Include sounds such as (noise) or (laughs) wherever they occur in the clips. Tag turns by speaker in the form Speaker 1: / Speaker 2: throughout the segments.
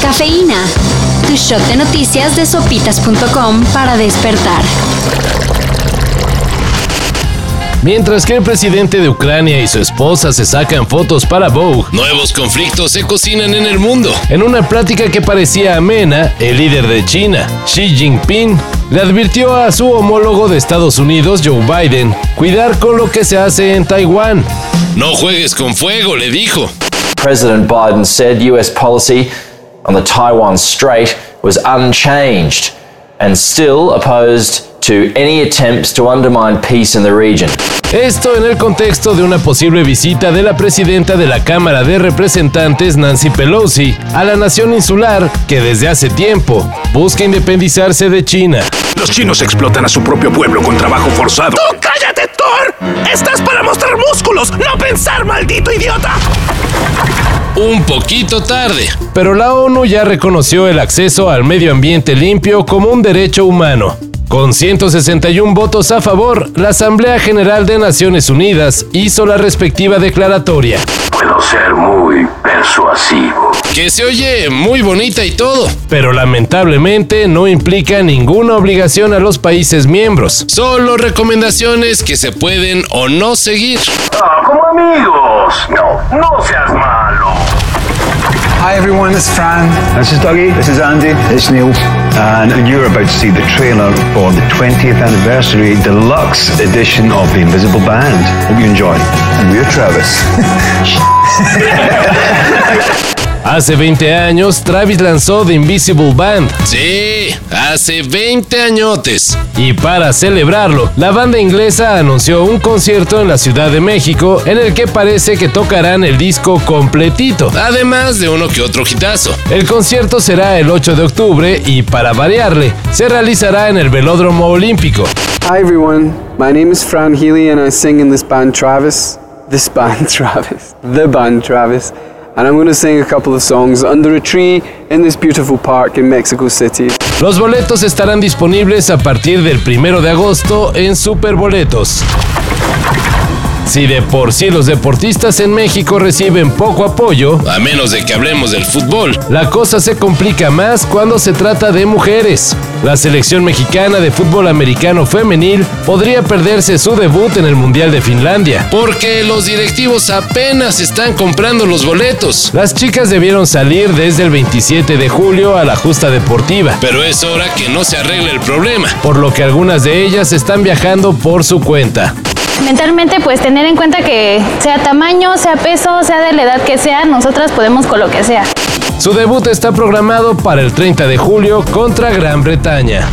Speaker 1: Cafeína. Tu shot de noticias de sopitas.com para despertar.
Speaker 2: Mientras que el presidente de Ucrania y su esposa se sacan fotos para Vogue, nuevos conflictos se cocinan en el mundo. En una plática que parecía amena, el líder de China, Xi Jinping, le advirtió a su homólogo de Estados Unidos, Joe Biden, cuidar con lo que se hace en Taiwán. No juegues con fuego, le dijo.
Speaker 3: President Biden said US policy on the Taiwan Strait was unchanged and still opposed to any attempts to undermine peace in the region.
Speaker 2: Esto en el contexto de una posible visita de la presidenta de la Cámara de Representantes, Nancy Pelosi, a la nación insular que desde hace tiempo busca independizarse de China.
Speaker 4: Los chinos explotan a su propio pueblo con trabajo forzado.
Speaker 5: ¡Tú cállate, Thor! ¡Estás para mostrar músculos, no pensar, maldito idiota!
Speaker 2: un poquito tarde. Pero la ONU ya reconoció el acceso al medio ambiente limpio como un derecho humano. Con 161 votos a favor, la Asamblea General de Naciones Unidas hizo la respectiva declaratoria.
Speaker 6: Puedo ser muy persuasivo.
Speaker 2: Que se oye muy bonita y todo, pero lamentablemente no implica ninguna obligación a los países miembros, solo recomendaciones que se pueden o no seguir.
Speaker 6: Ah, como amigos, no, no seas malo.
Speaker 7: Hi everyone, this is Fran.
Speaker 8: This is Dougie.
Speaker 9: This is Andy.
Speaker 8: This is Neil. And you're about to see the trailer for the 20th anniversary deluxe edition of The Invisible Band. Hope you enjoy.
Speaker 9: And we're
Speaker 8: (laughs)
Speaker 9: Travis.
Speaker 2: Hace 20 años, Travis lanzó The Invisible Band. Sí, hace 20 añotes. Y para celebrarlo, la banda inglesa anunció un concierto en la Ciudad de México en el que parece que tocarán el disco completito, además de uno que otro hitazo. El concierto será el 8 de octubre y para variarle, se realizará en el Velódromo Olímpico.
Speaker 10: Hi everyone, my name is Fran Healy and I sing in this band Travis. This band (laughs) Travis. The band Travis. and I'm going to sing a couple of songs under a tree in this beautiful park in Mexico City.
Speaker 2: Los boletos estarán disponibles a partir del 1 de agosto en Superboletos. Si de por sí los deportistas en México reciben poco apoyo, a menos de que hablemos del fútbol, la cosa se complica más cuando se trata de mujeres. La selección mexicana de fútbol americano femenil podría perderse su debut en el Mundial de Finlandia, porque los directivos apenas están comprando los boletos. Las chicas debieron salir desde el 27 de julio a la justa deportiva, pero es hora que no se arregle el problema, por lo que algunas de ellas están viajando por su cuenta
Speaker 11: mentalmente pues tener en cuenta que sea tamaño, sea peso, sea de la edad que sea, nosotras podemos con lo que sea.
Speaker 2: Su debut está programado para el 30 de julio contra Gran Bretaña.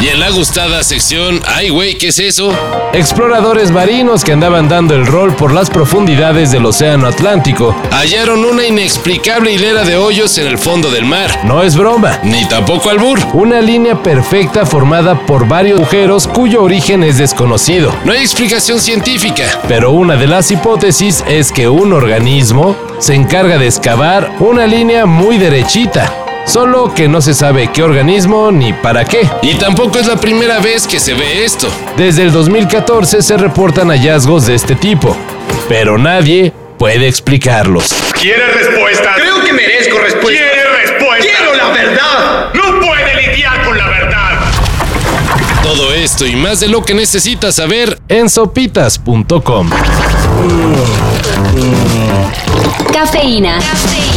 Speaker 2: Y en la gustada sección, ay güey, ¿qué es eso? Exploradores marinos que andaban dando el rol por las profundidades del Océano Atlántico hallaron una inexplicable hilera de hoyos en el fondo del mar. No es broma, ni tampoco albur. Una línea perfecta formada por varios agujeros cuyo origen es desconocido. No hay explicación científica, pero una de las hipótesis es que un organismo se encarga de excavar una línea muy derechita solo que no se sabe qué organismo ni para qué. Y tampoco es la primera vez que se ve esto. Desde el 2014 se reportan hallazgos de este tipo, pero nadie puede explicarlos.
Speaker 12: ¿Quiere respuesta?
Speaker 13: Creo que merezco respuesta.
Speaker 12: ¿Quiere respuesta?
Speaker 13: ¡Quiero la verdad!
Speaker 12: ¡No puede lidiar con la verdad!
Speaker 2: Todo esto y más de lo que necesitas saber en sopitas.com.
Speaker 1: Cafeína. Cafeína.